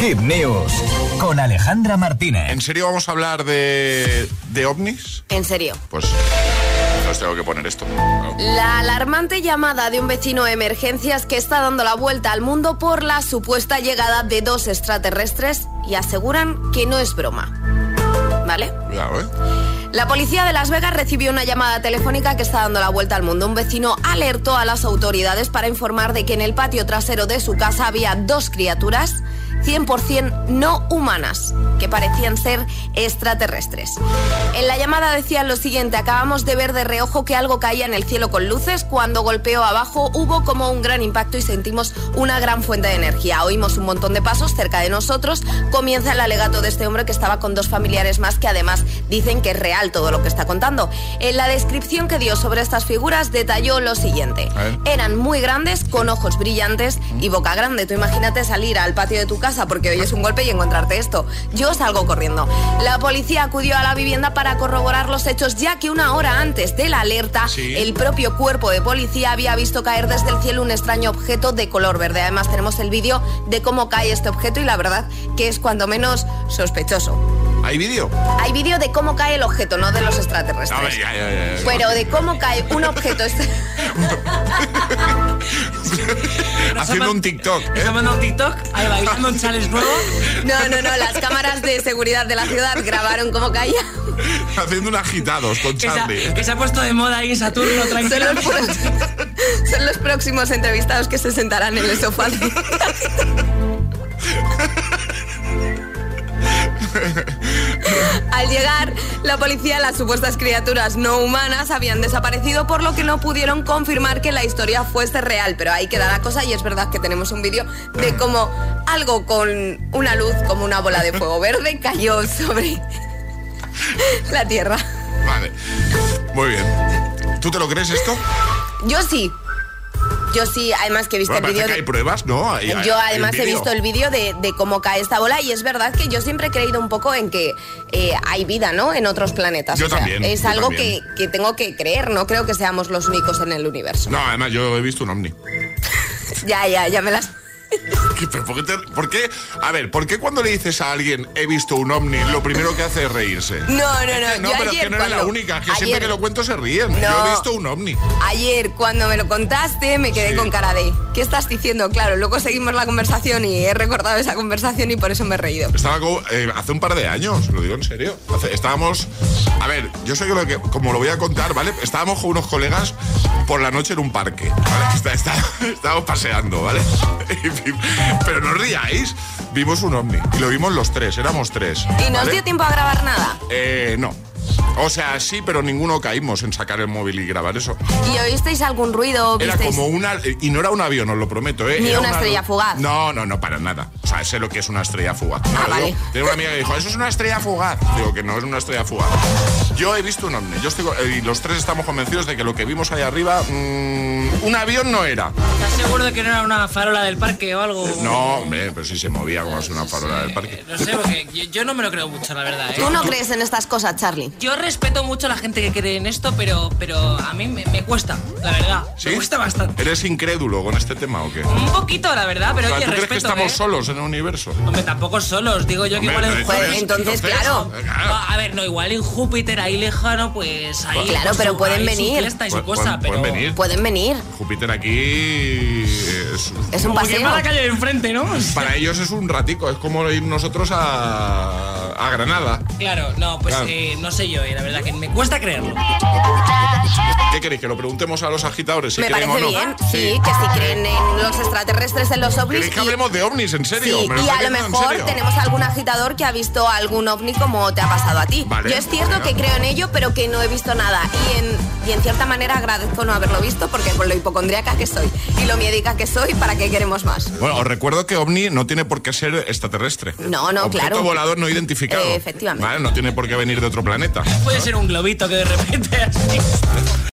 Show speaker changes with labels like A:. A: Hit News con Alejandra Martínez.
B: ¿En serio vamos a hablar de, de ovnis?
C: En serio.
B: Pues os tengo que poner esto.
C: La alarmante llamada de un vecino de emergencias que está dando la vuelta al mundo por la supuesta llegada de dos extraterrestres y aseguran que no es broma. ¿Vale?
B: Cuidado, ¿eh?
C: La policía de Las Vegas recibió una llamada telefónica que está dando la vuelta al mundo. Un vecino alertó a las autoridades para informar de que en el patio trasero de su casa había dos criaturas 100% no humanas, que parecían ser extraterrestres. En la llamada decían lo siguiente, acabamos de ver de reojo que algo caía en el cielo con luces, cuando golpeó abajo hubo como un gran impacto y sentimos una gran fuente de energía. Oímos un montón de pasos cerca de nosotros, comienza el alegato de este hombre que estaba con dos familiares más que además dicen que es real todo lo que está contando. En la descripción que dio sobre estas figuras detalló lo siguiente, eran muy grandes, con ojos brillantes y boca grande. Tú imagínate salir al patio de tu casa porque oyes un golpe y encontrarte esto. Yo salgo corriendo. La policía acudió a la vivienda para corroborar los hechos, ya que una hora antes de la alerta,
D: Sí.
C: el propio cuerpo de policía había visto caer desde el cielo un extraño objeto de color verde. Además, tenemos el vídeo de cómo cae este objeto y la verdad que es cuando menos sospechoso.
B: ¿Hay vídeo?
C: Hay vídeo de cómo cae el objeto, no de los extraterrestres.
B: A ver, ya, ya, ya, ya.
C: Pero de cómo cae un objeto.
B: Haciendo un TikTok. ¿eh?
E: mandado TikTok? Ahí bailando un challenge nuevo.
C: No, no, no. Las cámaras de seguridad de la ciudad grabaron cómo caía.
B: Haciendo un agitados con
E: Que se, ha,
B: Charlie.
E: que se ha puesto de moda ahí en Saturno,
C: Son
E: tranquilo.
C: los, pro- son los próximos entrevistados que se sentarán en el sofá. Al llegar, la policía, las supuestas criaturas no humanas habían desaparecido, por lo que no pudieron confirmar que la historia fuese real. Pero ahí queda la cosa y es verdad que tenemos un vídeo de cómo algo con una luz, como una bola de fuego verde, cayó sobre la Tierra.
B: Vale. Muy bien. ¿Tú te lo crees esto?
C: Este Yo sí. Yo sí, además que he visto
B: Bueno,
C: el
B: parece
C: vídeo.
B: que hay
C: de-
B: pruebas, ¿no? Hay- hay-
C: Yo
B: hay
C: además
B: un
C: he
B: vídeo.
C: visto el vídeo de, de cómo cae esta bola y es verdad que yo siempre he creído un poco en que eh, hay vida, ¿no? En otros planetas.
B: Yo
C: O sea,
B: también,
C: Es
B: yo
C: algo
B: también.
C: Que, que tengo que creer, no creo que seamos los únicos en el universo.
B: No, además yo he visto un ovni.
C: Ya, ya, ya me las...
B: ¿Qué- pero por qué te- por qué? A ver, ¿por qué cuando le dices a alguien he visto un ovni, lo primero que hace es reírse?
C: No, no, no,
B: Es que no,
C: yo
B: pero es
C: ayer
B: que no era la
C: cuando-
B: única, es que
C: ayer-
B: siempre que lo cuento se ríen. Yo
C: No.
B: he visto un ovni.
C: Ayer cuando me lo contaste me quedé con cara de ¿qué estás diciendo? Claro, luego seguimos la conversación y he recordado esa conversación y por eso me he reído.
B: Estaba como, eh, hace un par de años, lo digo en serio. Hace- estábamos, a ver, yo sé que lo que, como lo voy a contar, ¿vale? Estábamos con unos colegas por la noche en un parque, ¿vale? Está- está- estábamos paseando, ¿vale? Y vi- Pero no os riáis, vimos un ovni y lo vimos los tres, éramos tres.
C: Y no os
B: ¿vale?
C: dio tiempo a grabar nada.
B: Eh, no. O sea, sí, pero ninguno caímos en sacar el móvil y grabar eso.
C: ¿Y oísteis algún ruido? o
B: Era
C: ¿Visteis?
B: como una... Y no era un avión, os lo prometo, ¿eh?
C: Ni
B: Era
C: una estrella fugaz.
B: No, no, no, para nada. O sea, sé lo que es una estrella fugaz. Me
C: Ah,
B: lo
C: vale.
B: digo. Tengo una amiga que dijo, eso es una estrella fugaz. Digo que no, es una estrella fugaz. Yo he visto un ovni. Yo estoy, co- eh, y los tres estamos convencidos de que lo que vimos ahí arriba... mm, un avión no era.
E: ¿Estás seguro de que no era una farola del parque o algo?
B: No, hombre, pero sí se movía como es una farola del parque.
E: No sé, porque yo, yo no me lo creo mucho, la verdad. ¿eh?
C: Tú no crees en estas cosas, Charlie.
E: Yo respeto mucho a la gente que cree en esto, pero, pero a mí me, me cuesta, la verdad.
B: ¿Sí?
E: Me cuesta bastante.
B: ¿Eres incrédulo con este tema o qué?
E: Un poquito, la verdad, pero
B: O sea,
E: oye,
B: ¿Tú crees que
E: respeto,
B: estamos
E: ¿eh?
B: solos en el universo?
E: Hombre, tampoco solos, digo yo que
B: Hombre,
E: igual
B: entonces- eh,
E: en Júpiter-
C: Pues entonces, claro.
E: Ah, A ver, no, igual en Júpiter, ahí lejano, pues ahí.
C: Claro,
E: pues,
C: pero
E: su-
C: pueden
E: ahí
C: venir.
E: Su fiesta y su
B: Pu-
E: cosa,
B: Pues pueden-
E: pero.
B: pueden venir.
C: Pueden venir.
B: Júpiter aquí es-
C: Es un
E: Como que
C: paseo.
E: va a la calle de enfrente, ¿no?
B: para ellos es un ratico, es como ir nosotros a, a Granada.
E: Claro, no, pues
B: Claro.
E: eh, no sé yo, eh, la verdad que me cuesta creerlo.
B: ¿Qué queréis? Que lo preguntemos a los agitadores si
C: Me
B: creen o
C: parece
B: no.
C: bien, sí, que si creen en los extraterrestres, en los ovnis.
B: ¿Queréis que hablemos de ovnis, en serio?
C: sí,
B: ¿Me lo
C: y
B: estáis
C: a lo
B: diciendo en
C: mejor
B: serio?
C: tenemos algún agitador que ha visto algún ovni como te ha pasado a ti.
B: Vale,
C: Yo es cierto
B: bueno.
C: que creo en ello, pero que no he visto nada. Y en, y en cierta manera agradezco no haberlo visto porque con lo hipocondríaca que soy y lo miedica que soy, ¿para qué queremos más?
B: Bueno, os recuerdo que ovni no tiene por qué ser extraterrestre.
C: No, no,
B: Objeto
C: claro.
B: volador no identificado.
C: Eh, efectivamente.
B: Vale, no tiene por qué venir de otro planeta.
E: Puede ser un globito que de repente así.